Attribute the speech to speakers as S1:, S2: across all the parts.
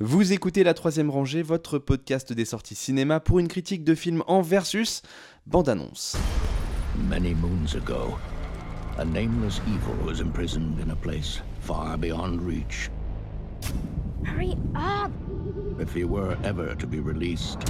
S1: Vous écoutez La Troisième Rangée, votre podcast des sorties cinéma pour une critique de film en versus bande-annonce.
S2: Many moons ago, a nameless evil was imprisoned in a place far beyond reach.
S3: Hurry up!
S2: If he were ever to be released,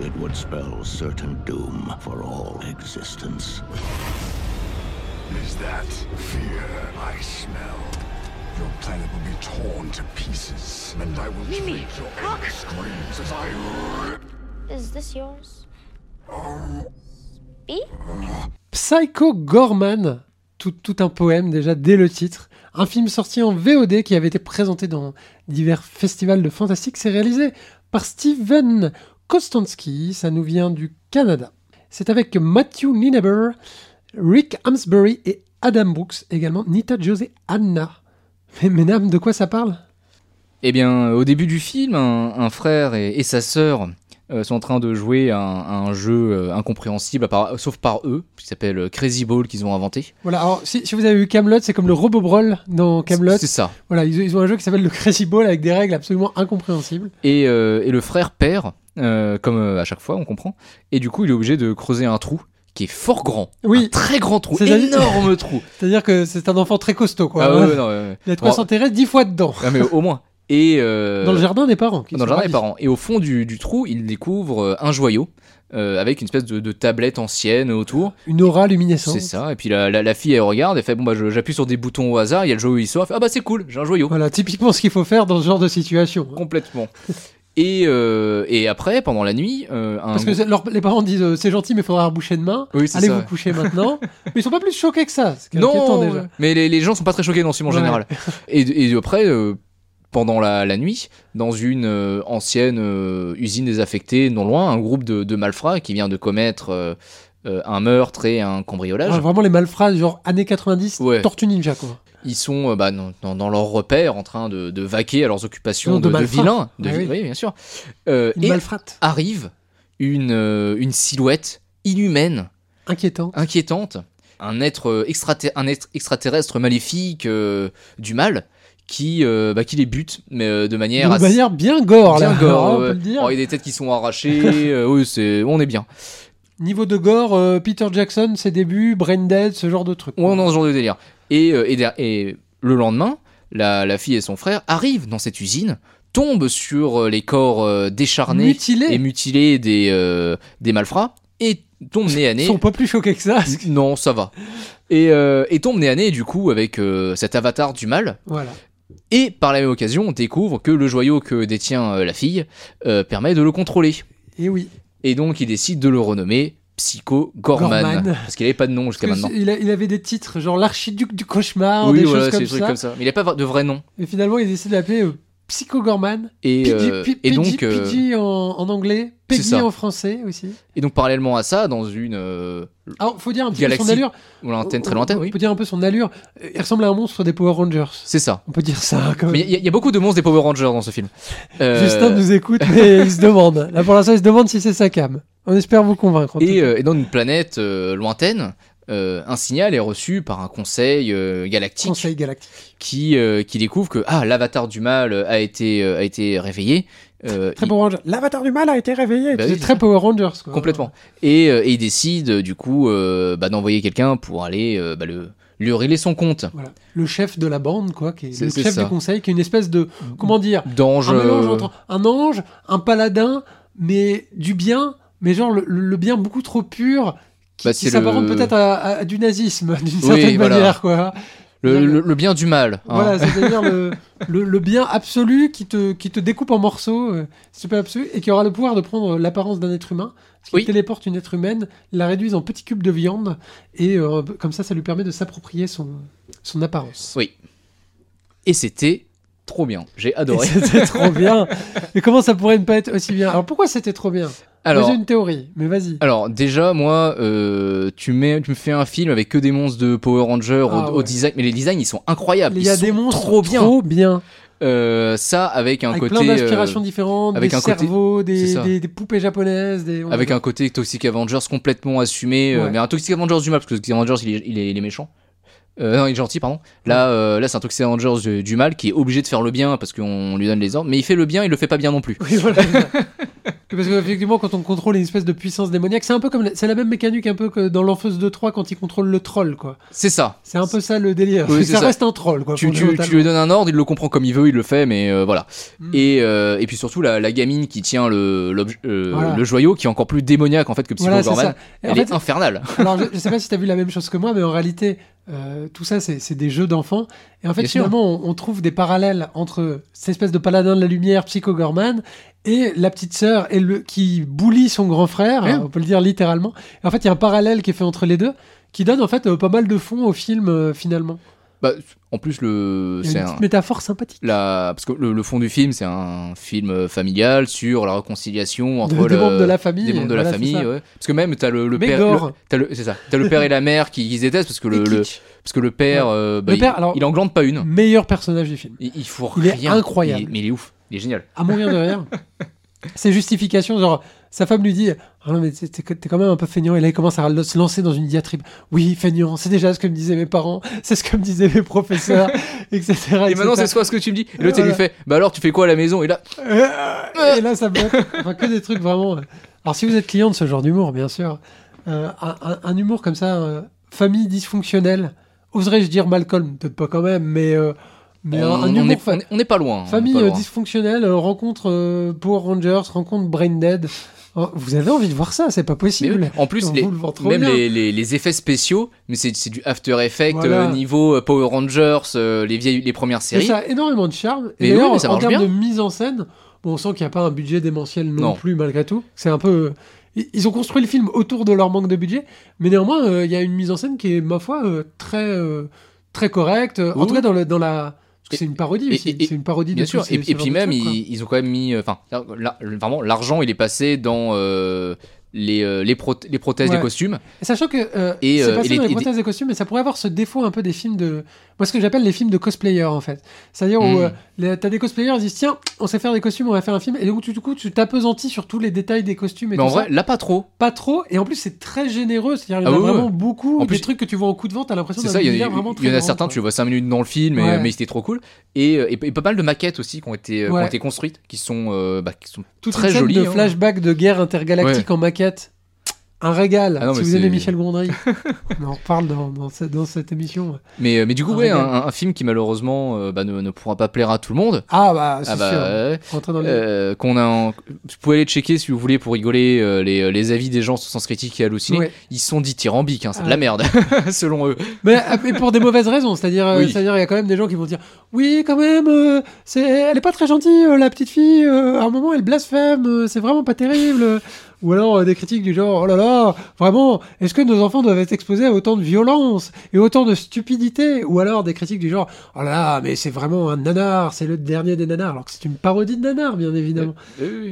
S2: it would spell certain doom for all existence.
S4: Is that fear I smell? Your planet will be torn to pieces, and I will
S3: Mimi,
S4: treat your
S3: look.
S4: angry screams as I rip.
S3: Is this yours? Speak?
S5: Psycho Gorman, tout, tout un poème déjà dès le titre. Un film sorti en VOD qui avait été présenté dans divers festivals de fantastique. C'est réalisé par Steven Kostansky, ça nous vient du Canada. C'est avec Matthew Nineber, Rick Amsbury et Adam Brooks, également Nita José Anna. Mais mesdames, de quoi ça parle
S6: Eh bien, au début du film, un, un frère et, et sa sœur euh, sont en train de jouer à un, à un jeu euh, incompréhensible, à part- sauf par eux, qui s'appelle euh, Crazy Ball qu'ils ont inventé.
S5: Voilà, alors si, si vous avez vu Camelot, c'est comme le Robo Brawl dans Camelot.
S6: C'est ça.
S5: Voilà, ils, ils ont un jeu qui s'appelle le Crazy Ball avec des règles absolument incompréhensibles.
S6: Et, euh, et le frère perd, euh, comme euh, à chaque fois, on comprend. Et du coup, il est obligé de creuser un trou qui est fort grand.
S5: Oui.
S6: Un très grand trou,
S5: C'est-à-dire-
S6: énorme trou.
S5: C'est-à-dire que c'est un enfant très costaud, quoi.
S6: Ah ouais, ouais, non, ouais, ouais.
S5: Il a de quoi
S6: Bon,
S5: s'enterrer dix fois dedans.
S6: non, mais au moins. Et euh,
S5: Dans le jardin des parents. qui
S6: dans
S5: sont
S6: le jardin
S5: ravis.
S6: des parents. Et au fond du, du trou, il découvre euh, un joyau euh, avec une espèce de- de tablette ancienne autour.
S5: Une aura luminescente.
S6: C'est ça. Et puis la, la, la fille, elle regarde, elle fait Bon, bah, je- j'appuie sur des boutons au hasard, il y a le joyau, il sort. Elle fait, ah, bah, c'est cool, j'ai un joyau.
S5: Voilà, typiquement ce qu'il faut faire dans ce genre de situation.
S6: Complètement. et, euh, et après, pendant la nuit, euh, un.
S5: Parce que c'est- leurs- les parents disent euh, c'est gentil, mais faudra reboucher demain.
S6: Oui, c'est
S5: Allez
S6: ça.
S5: vous coucher maintenant. mais ils sont pas plus choqués que ça. ce qui est inquiétant,
S6: non,
S5: déjà.
S6: mais les, les gens sont pas très choqués dans ce film en
S5: Ouais.
S6: général. Et, et après, euh, pendant la, la nuit, dans une euh, ancienne euh, usine désaffectée non loin, un groupe de, de malfrats qui vient de commettre euh, euh, un meurtre et un cambriolage.
S5: Ah, vraiment les malfrats, genre années 90,
S6: Ouais.
S5: Tortue Ninja, quoi.
S6: ils sont euh, bah, dans, dans- dans leur repère en train de, de vaquer à leurs occupations
S5: Non, de
S6: de, de
S5: malfrats.
S6: vilains. De,
S5: Ah oui.
S6: vi- oui. bien sûr. Euh,
S5: Une
S6: et
S5: malfrate.
S6: arrive une, euh, une silhouette inhumaine,
S5: Inquiétant.
S6: Ah, inquiétante, un être, euh, extrater- un être extraterrestre maléfique euh, du mal qui, euh, bah, qui les bute, mais euh, de manière
S5: De
S6: assez-
S5: manière bien gore,
S6: bien
S5: là.
S6: gore,
S5: hein, on
S6: ouais.
S5: peut le dire.
S6: Oh, il y a des têtes qui sont arrachées, euh, oui, c'est- on est bien.
S5: Niveau de gore, euh, Peter Jackson, ses débuts, Braindead, ce genre de truc.
S6: On est dans ce genre de délire. Et, euh, et der- et le lendemain, la, la fille et son frère arrivent dans cette usine, tombent sur euh, les corps euh, décharnés
S5: Mutilé.
S6: et mutilés des, euh, des malfrats et tombent nez à
S5: Ils
S6: nez.
S5: sont pas plus choqués que ça.
S6: Non, ça va. Et, euh, et tombe nez à nez, du coup, avec euh, cet avatar du mal.
S5: Voilà.
S6: Et par la même occasion, on découvre que le joyau que détient euh, la fille euh, permet de le contrôler.
S5: Et oui.
S6: Et donc, il décide de le renommer Psycho Gorman.
S5: Gorman.
S6: Parce qu'il n'avait pas de nom jusqu'à
S5: Parce que
S6: maintenant.
S5: Il, a- il avait des titres genre l'archiduc du cauchemar,
S6: oui,
S5: des
S6: voilà,
S5: choses
S6: c'est
S5: comme
S6: des trucs
S5: ça.
S6: comme ça. Mais il n'a pas de vrai nom.
S5: Et finalement, il décide de l'appeler euh, Psycho Gorman.
S6: Et,
S5: Pidgey,
S6: euh,
S5: Pi-
S6: et
S5: Pidgey-
S6: donc, euh,
S5: Pidgey en, en anglais, Peggy
S6: ça.
S5: en français aussi.
S6: et donc, parallèlement à ça, dans une. euh,
S5: Alors, faut dire un petit peu
S6: Galaxy,
S5: son allure.
S6: ou l'antenne très lointaine,
S5: On
S6: oui.
S5: peut dire un peu son allure. Euh, Il ressemble à un monstre des Power Rangers.
S6: C'est ça.
S5: On peut dire ça quand
S6: Mais
S5: même.
S6: il y, a- il y a beaucoup de monstres des Power Rangers dans ce film. Euh,
S5: Justin nous écoute, mais il se demande. Là, pour l'instant, il se demande si c'est sa cam. On espère vous convaincre. en tout
S6: Et,
S5: cas.
S6: euh, et dans une planète euh, lointaine, euh, un signal est reçu par un conseil euh, galactique
S5: Conseil galactique.
S6: qui, euh, qui découvre que ah, l'avatar du mal a été, euh, a été réveillé. euh,
S5: Très
S6: il-
S5: Power Rangers. L'avatar du mal a été réveillé.
S6: Bah
S5: c'est
S6: oui,
S5: très
S6: c'est-
S5: Power Rangers. quoi.
S6: Complètement. Et, euh, et il décide euh, du coup euh, bah, d'envoyer quelqu'un pour aller euh, bah, le, lui régler son compte.
S5: Voilà. Le chef de la bande, quoi, qui est
S6: C'est-
S5: le
S6: c'est
S5: chef
S6: ça.
S5: du conseil, qui est une espèce de. Comment dire
S6: D'ange.
S5: un mélange
S6: euh,
S5: entre un ange, un paladin, mais du bien, mais genre le, le bien beaucoup trop pur, qui,
S6: Bah,
S5: qui
S6: c'est
S5: s'apparente
S6: le-
S5: peut-être à, à- à du nazisme, d'une
S6: Oui,
S5: certaine
S6: voilà.
S5: manière, quoi.
S6: le, le- le bien du mal. hein.
S5: Voilà, c'est-à-dire le, le, le bien absolu qui te, qui te découpe en morceaux, euh, super absolu, et qui aura le pouvoir de prendre l'apparence d'un être humain, qui
S6: Oui.
S5: téléporte une être humaine, la réduise en petits cubes de viande, et euh, comme ça, ça lui permet de s'approprier son, son apparence.
S6: Oui. Et c'était trop bien. J'ai adoré.
S5: Et C'était trop bien. Mais comment ça pourrait ne pas être aussi bien Alors pourquoi c'était trop bien Moi,
S6: Alors,
S5: j'ai une théorie, mais vas-y.
S6: Alors déjà moi euh, tu, mets, tu me fais un film avec que des monstres de Power Rangers au-
S5: Ah
S6: au,
S5: ouais.
S6: design mais les designs ils sont incroyables
S5: Il y a
S6: Ah, Ils sont
S5: des monstres
S6: trop bien
S5: trop bien.
S6: Euh, ça avec un
S5: avec
S6: côté
S5: plein
S6: euh,
S5: d'inspirations différentes,
S6: avec
S5: des
S6: un côté-
S5: cerveaux,
S6: C'est
S5: des,
S6: ça.
S5: des- des poupées japonaises, des...
S6: avec un côté Toxic Avengers complètement assumé euh,
S5: Ouais.
S6: mais un Toxic Avengers du mal parce que Toxic Avengers il est, il est- il est méchant Euh, non, il est gentil, pardon. Là, euh, là c'est un truc, c'est Rangers du, du mal qui est obligé de faire le bien parce qu'on lui donne les ordres, mais il fait le bien, il le fait pas bien non plus.
S5: Oui, voilà. Parce qu'effectivement, quand on contrôle une espèce de puissance démoniaque, c'est un peu comme, la- c'est la même mécanique un peu que dans l'Enfeuse 2-3 quand il contrôle le troll, quoi.
S6: C'est ça.
S5: C'est un peu ça le délire.
S6: Oui,
S5: C'est que
S6: c'est
S5: ça,
S6: ça.
S5: reste un troll, quoi.
S6: Tu, tu,
S5: fondamentalement.
S6: tu lui donnes un ordre, il le comprend comme il veut, il le fait, mais euh, voilà.
S5: Mm.
S6: Et, euh, et puis surtout, la, la gamine qui tient le, l'obje- euh,
S5: Voilà.
S6: le joyau, qui est encore plus démoniaque en fait que Psycho
S5: Voilà, c'est
S6: Gorman,
S5: ça. Et
S6: elle
S5: en fait,
S6: est infernale.
S5: Alors, je, je sais pas si tu as vu la même chose que moi, mais en réalité, euh, tout ça, c'est c'est des jeux d'enfants. Et en fait,
S6: Bien sûr.
S5: finalement, on, on trouve des parallèles entre cette espèce de paladin de la lumière, Psycho Gorman, et la petite sœur et le, qui boulie son grand frère,
S6: Ouais.
S5: hein, on peut le dire littéralement. Et en fait, il y a un parallèle qui est fait entre les deux, qui donne en fait euh, pas mal de fond au film, euh, finalement.
S6: Bah, en plus, le,
S5: Il y
S6: c'est
S5: a une
S6: un,
S5: petite métaphore sympathique.
S6: la, parce que le, le fond du film, c'est un film euh, familial sur la réconciliation entre
S5: De- des
S6: le-
S5: membres de la famille.
S6: des membres de la
S5: voilà, c'est
S6: famille,
S5: ça.
S6: ouais. parce que même t'as le, le
S5: Mais
S6: père,
S5: gore.
S6: le- t'as le- c'est ça, t'as le père et la mère qui, qui se détestent parce que le,
S5: Et
S6: le-
S5: kitsch.
S6: parce que le père, euh, bah,
S5: Le
S6: il-
S5: père, alors-
S6: il, en glande pas une,
S5: Meilleur personnage du film.
S6: il, il fout
S5: Il est
S6: rien.
S5: incroyable.
S6: Il est- mais il est ouf, il est génial.
S5: à mourir de rire. Ses justifications, genre, sa femme lui dit Ah non, mais t'es- t'es t'es quand même un peu feignant. Et là, il commence à se lancer dans une diatribe Oui, feignant, c'est déjà ce que me disaient mes parents, c'est ce que me disaient mes professeurs, etc.
S6: Et maintenant, c'est
S5: etc.
S6: soit ce que tu me dis, et l'autre il lui
S5: Voilà.
S6: fait, bah alors tu fais quoi à la maison Et là,
S5: Euh, Et là, ça bloque. Enfin, que des trucs vraiment. euh. Alors, si vous êtes client de ce genre d'humour, bien sûr, euh, un, un- un humour comme ça, euh, famille dysfonctionnelle, oserais-je dire Malcolm Peut-être pas quand même, mais, euh, mais un, un
S6: on, on
S5: humour
S6: est,
S5: fa-
S6: on est- on est pas loin. on est
S5: Famille
S6: pas
S5: euh,
S6: loin.
S5: dysfonctionnelle, euh, rencontre euh, Power Rangers, rencontre Brain Dead. Oh, vous avez envie de voir ça, c'est pas
S6: Mais
S5: possible.
S6: oui, en plus,
S5: On
S6: les-
S5: vous le vend trop
S6: même
S5: bien.
S6: les, les- les effets spéciaux, mais c'est c'est du After Effects
S5: Voilà.
S6: euh, niveau euh, Power Rangers, euh, les vieilles, les premières
S5: Et
S6: séries.
S5: ça a énormément de charme. Et
S6: Mais oui,
S5: d'ailleurs,
S6: mais ça
S5: en
S6: marche
S5: termes
S6: bien.
S5: de mise en scène, bon, on sent qu'il n'y a pas un budget démentiel non,
S6: Non.
S5: plus, malgré tout. C'est un peu. euh, Ils ils ont construit le film autour de leur manque de budget, mais néanmoins, euh, il y a une mise en scène qui est, ma foi, euh, très, euh, très correcte. En
S6: Oui,
S5: tout cas, dans, le- dans la. Parce que
S6: Et-
S5: c'est une parodie
S6: et-
S5: aussi.
S6: et-
S5: C'est une parodie
S6: Bien
S5: de
S6: sûr,
S5: tous ces-
S6: et,
S5: ce
S6: et
S5: genre
S6: puis
S5: de
S6: même,
S5: trucs, quoi.
S6: ils, ils ont quand même mis. euh, Enfin, la- la- vraiment, l'argent, il est passé dans euh, les, euh, les, proth- les prothèses
S5: Ouais.
S6: des costumes.
S5: Et Sachant que euh,
S6: Et,
S5: c'est
S6: euh,
S5: passé
S6: et les-
S5: dans les
S6: et des-
S5: prothèses des costumes, mais ça pourrait avoir ce défaut un peu des films de. Moi, ce que j'appelle les films de cosplayers, en fait. C'est-à-dire où
S6: Mm.
S5: euh, les- t'as des cosplayers, ils disent tiens, on sait faire des costumes, on va faire un film. Et donc, tu- du coup, tu t'apesantis sur tous les détails des costumes et
S6: Mais en
S5: tout
S6: vrai,
S5: ça.
S6: là, pas trop.
S5: Pas trop. Et en plus, c'est très généreux. C'est-à-dire, il y en
S6: Ah
S5: a
S6: oui, oui.
S5: vraiment beaucoup.
S6: En
S5: des
S6: plus-
S5: trucs que tu vois en coup de vente, t'as l'impression
S6: C'est
S5: d'un
S6: ça, il y, en
S5: univers
S6: a-
S5: vraiment
S6: il y en
S5: très
S6: a
S5: grand,
S6: certains,
S5: quoi.
S6: tu vois 5 minutes dans le film, et-
S5: Ouais.
S6: mais c'était trop cool. Et, euh, et- et pas mal de maquettes aussi qui ont été, euh, qui ont
S5: Ouais.
S6: été construites, qui sont, euh, bah, qui sont
S5: Toute
S6: très
S5: une scène
S6: jolies.
S5: de
S6: hein.
S5: flashback de guerre intergalactique en maquette. Un régal.
S6: Ah non,
S5: si
S6: mais
S5: vous aimez
S6: c'est-
S5: Michel Gondry, on en reparle dans, dans ce- dans cette émission.
S6: Mais, euh, mais du coup,
S5: Un
S6: ouais, un,
S5: régal.
S6: un film qui malheureusement euh, bah, ne, ne pourra pas plaire à tout le monde.
S5: Ah bah, c'est
S6: Ah bah,
S5: sûr.
S6: ouais.
S5: Rentrer dans le-
S6: Euh, qu'on a en- Vous pouvez aller checker si vous voulez pour rigoler euh, les, les avis des gens sur Sens Critique et Halluciné.
S5: Ouais.
S6: Ils sont dithyrambiques, hein, c'est de
S5: Ah.
S6: la merde, selon eux.
S5: Mais, euh, mais pour des mauvaises raisons, c'est-à-dire, euh,
S6: Oui.
S5: c'est-à-dire il y a quand même des gens qui vont dire, oui, quand même, euh, c'est, elle est pas très gentille, euh, la petite fille. euh, à un moment, elle blasphème, euh, c'est vraiment pas terrible. euh. Ou alors euh, des critiques du genre, oh là là, vraiment, est-ce que nos enfants doivent être exposés à autant de violence et autant de stupidité Ou alors des critiques du genre, oh là là, mais c'est vraiment un nanar, c'est le dernier des nanars, alors que c'est une parodie de nanar, bien évidemment.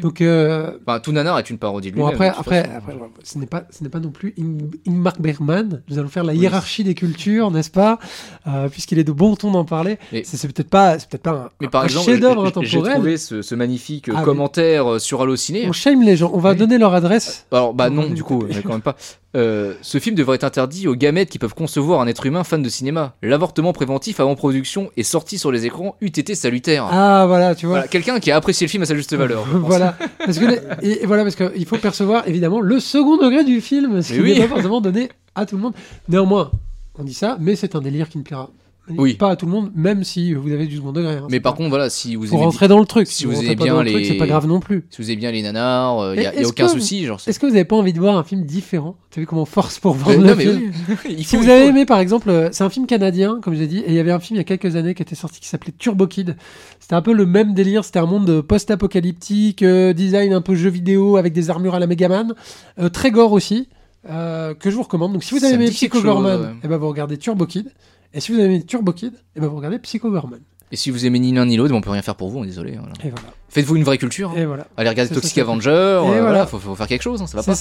S5: Donc euh,
S6: Enfin, tout nanar est une parodie de
S5: Bon,
S6: lui-même.
S5: après,
S6: de toute
S5: après,
S6: façon.
S5: après, voilà, ce n'est pas, ce n'est pas non plus In- Ingmar Bergman. Nous allons faire la hiérarchie des cultures, n'est-ce pas Euh, Puisqu'il est de bon ton d'en parler.
S6: Mais-
S5: C'est c'est peut-être pas, c'est peut-être pas un,
S6: Mais par
S5: un
S6: exemple,
S5: chef-d'œuvre
S6: j'ai- j'ai
S5: intemporel.
S6: trouvé ce, ce magnifique euh,
S5: Ah, mais-
S6: commentaire euh, sur Allociné.
S5: On shame les gens. On va
S6: Oui.
S5: donner leur adresse.
S6: Alors bah
S5: Non,
S6: non,
S5: mais-
S6: du coup, mais quand même pas. Euh, ce film devrait être interdit aux gamètes qui peuvent concevoir un être humain fan de cinéma. L'avortement préventif avant production et sorti sur les écrans eût été salutaire.
S5: Ah voilà, tu vois.
S6: Voilà, quelqu'un qui a apprécié le film à sa juste valeur. je pense.
S5: voilà, parce que le- et, et voilà parce que il faut percevoir évidemment le second degré du film, ce qui
S6: Mais oui.
S5: n'est pas forcément donné à tout le monde. Néanmoins, on dit ça, mais c'est un délire qui ne plaira
S6: Oui.
S5: pas à tout le monde, même si vous avez du second degré. hein.
S6: Mais
S5: C'est
S6: par
S5: pas-
S6: contre, voilà, si vous
S5: faut
S6: aimez,
S5: rentrer dans le truc.
S6: si vous
S5: rentrez
S6: aimez
S5: pas dans
S6: bien
S5: le truc,
S6: les-
S5: c'est pas grave non plus.
S6: si vous aimez bien les nanars, il
S5: Et
S6: n'y a, y a
S5: est-ce
S6: aucun
S5: que-
S6: souci. Genre, c'est-
S5: Est-ce que vous n'avez pas envie de voir un film différent T'as vu comment on force pour vendre
S6: Euh,
S5: le
S6: non, mais
S5: film
S6: oui. Il
S5: Si
S6: faut-
S5: vous
S6: il
S5: avez
S6: faut-
S5: aimé, par exemple, euh, c'est un film canadien, comme j'ai dit, et il y avait un film il y a quelques années qui était sorti qui s'appelait Turbo Kid. C'était un peu le même délire, c'était un monde euh, post-apocalyptique, euh, design un peu jeu vidéo avec des armures à la Megaman, euh, très gore aussi, euh, que je vous recommande. Donc si vous
S6: Ça
S5: avez
S6: me
S5: aimé
S6: dit quelque
S5: Psycho
S6: chose,
S5: Gorman,
S6: ouais.
S5: eh ben, vous regardez Turbo Kid. Et si vous avez aimé Turbo Kid, eh ben, vous regardez Psycho Gorman.
S6: Et si vous aimez ni l'un ni l'autre, on peut rien faire pour vous, on est désolé. voilà.
S5: Et voilà.
S6: Faites-vous une vraie culture. hein.
S5: Et voilà.
S6: Allez regarder
S5: C'est
S6: Toxic
S5: ça, c'est-
S6: Avenger. euh,
S5: voilà.
S6: voilà, faut, faut faire quelque chose, hein, ça va
S5: C'est
S6: pas.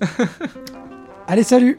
S5: ça. Allez, salut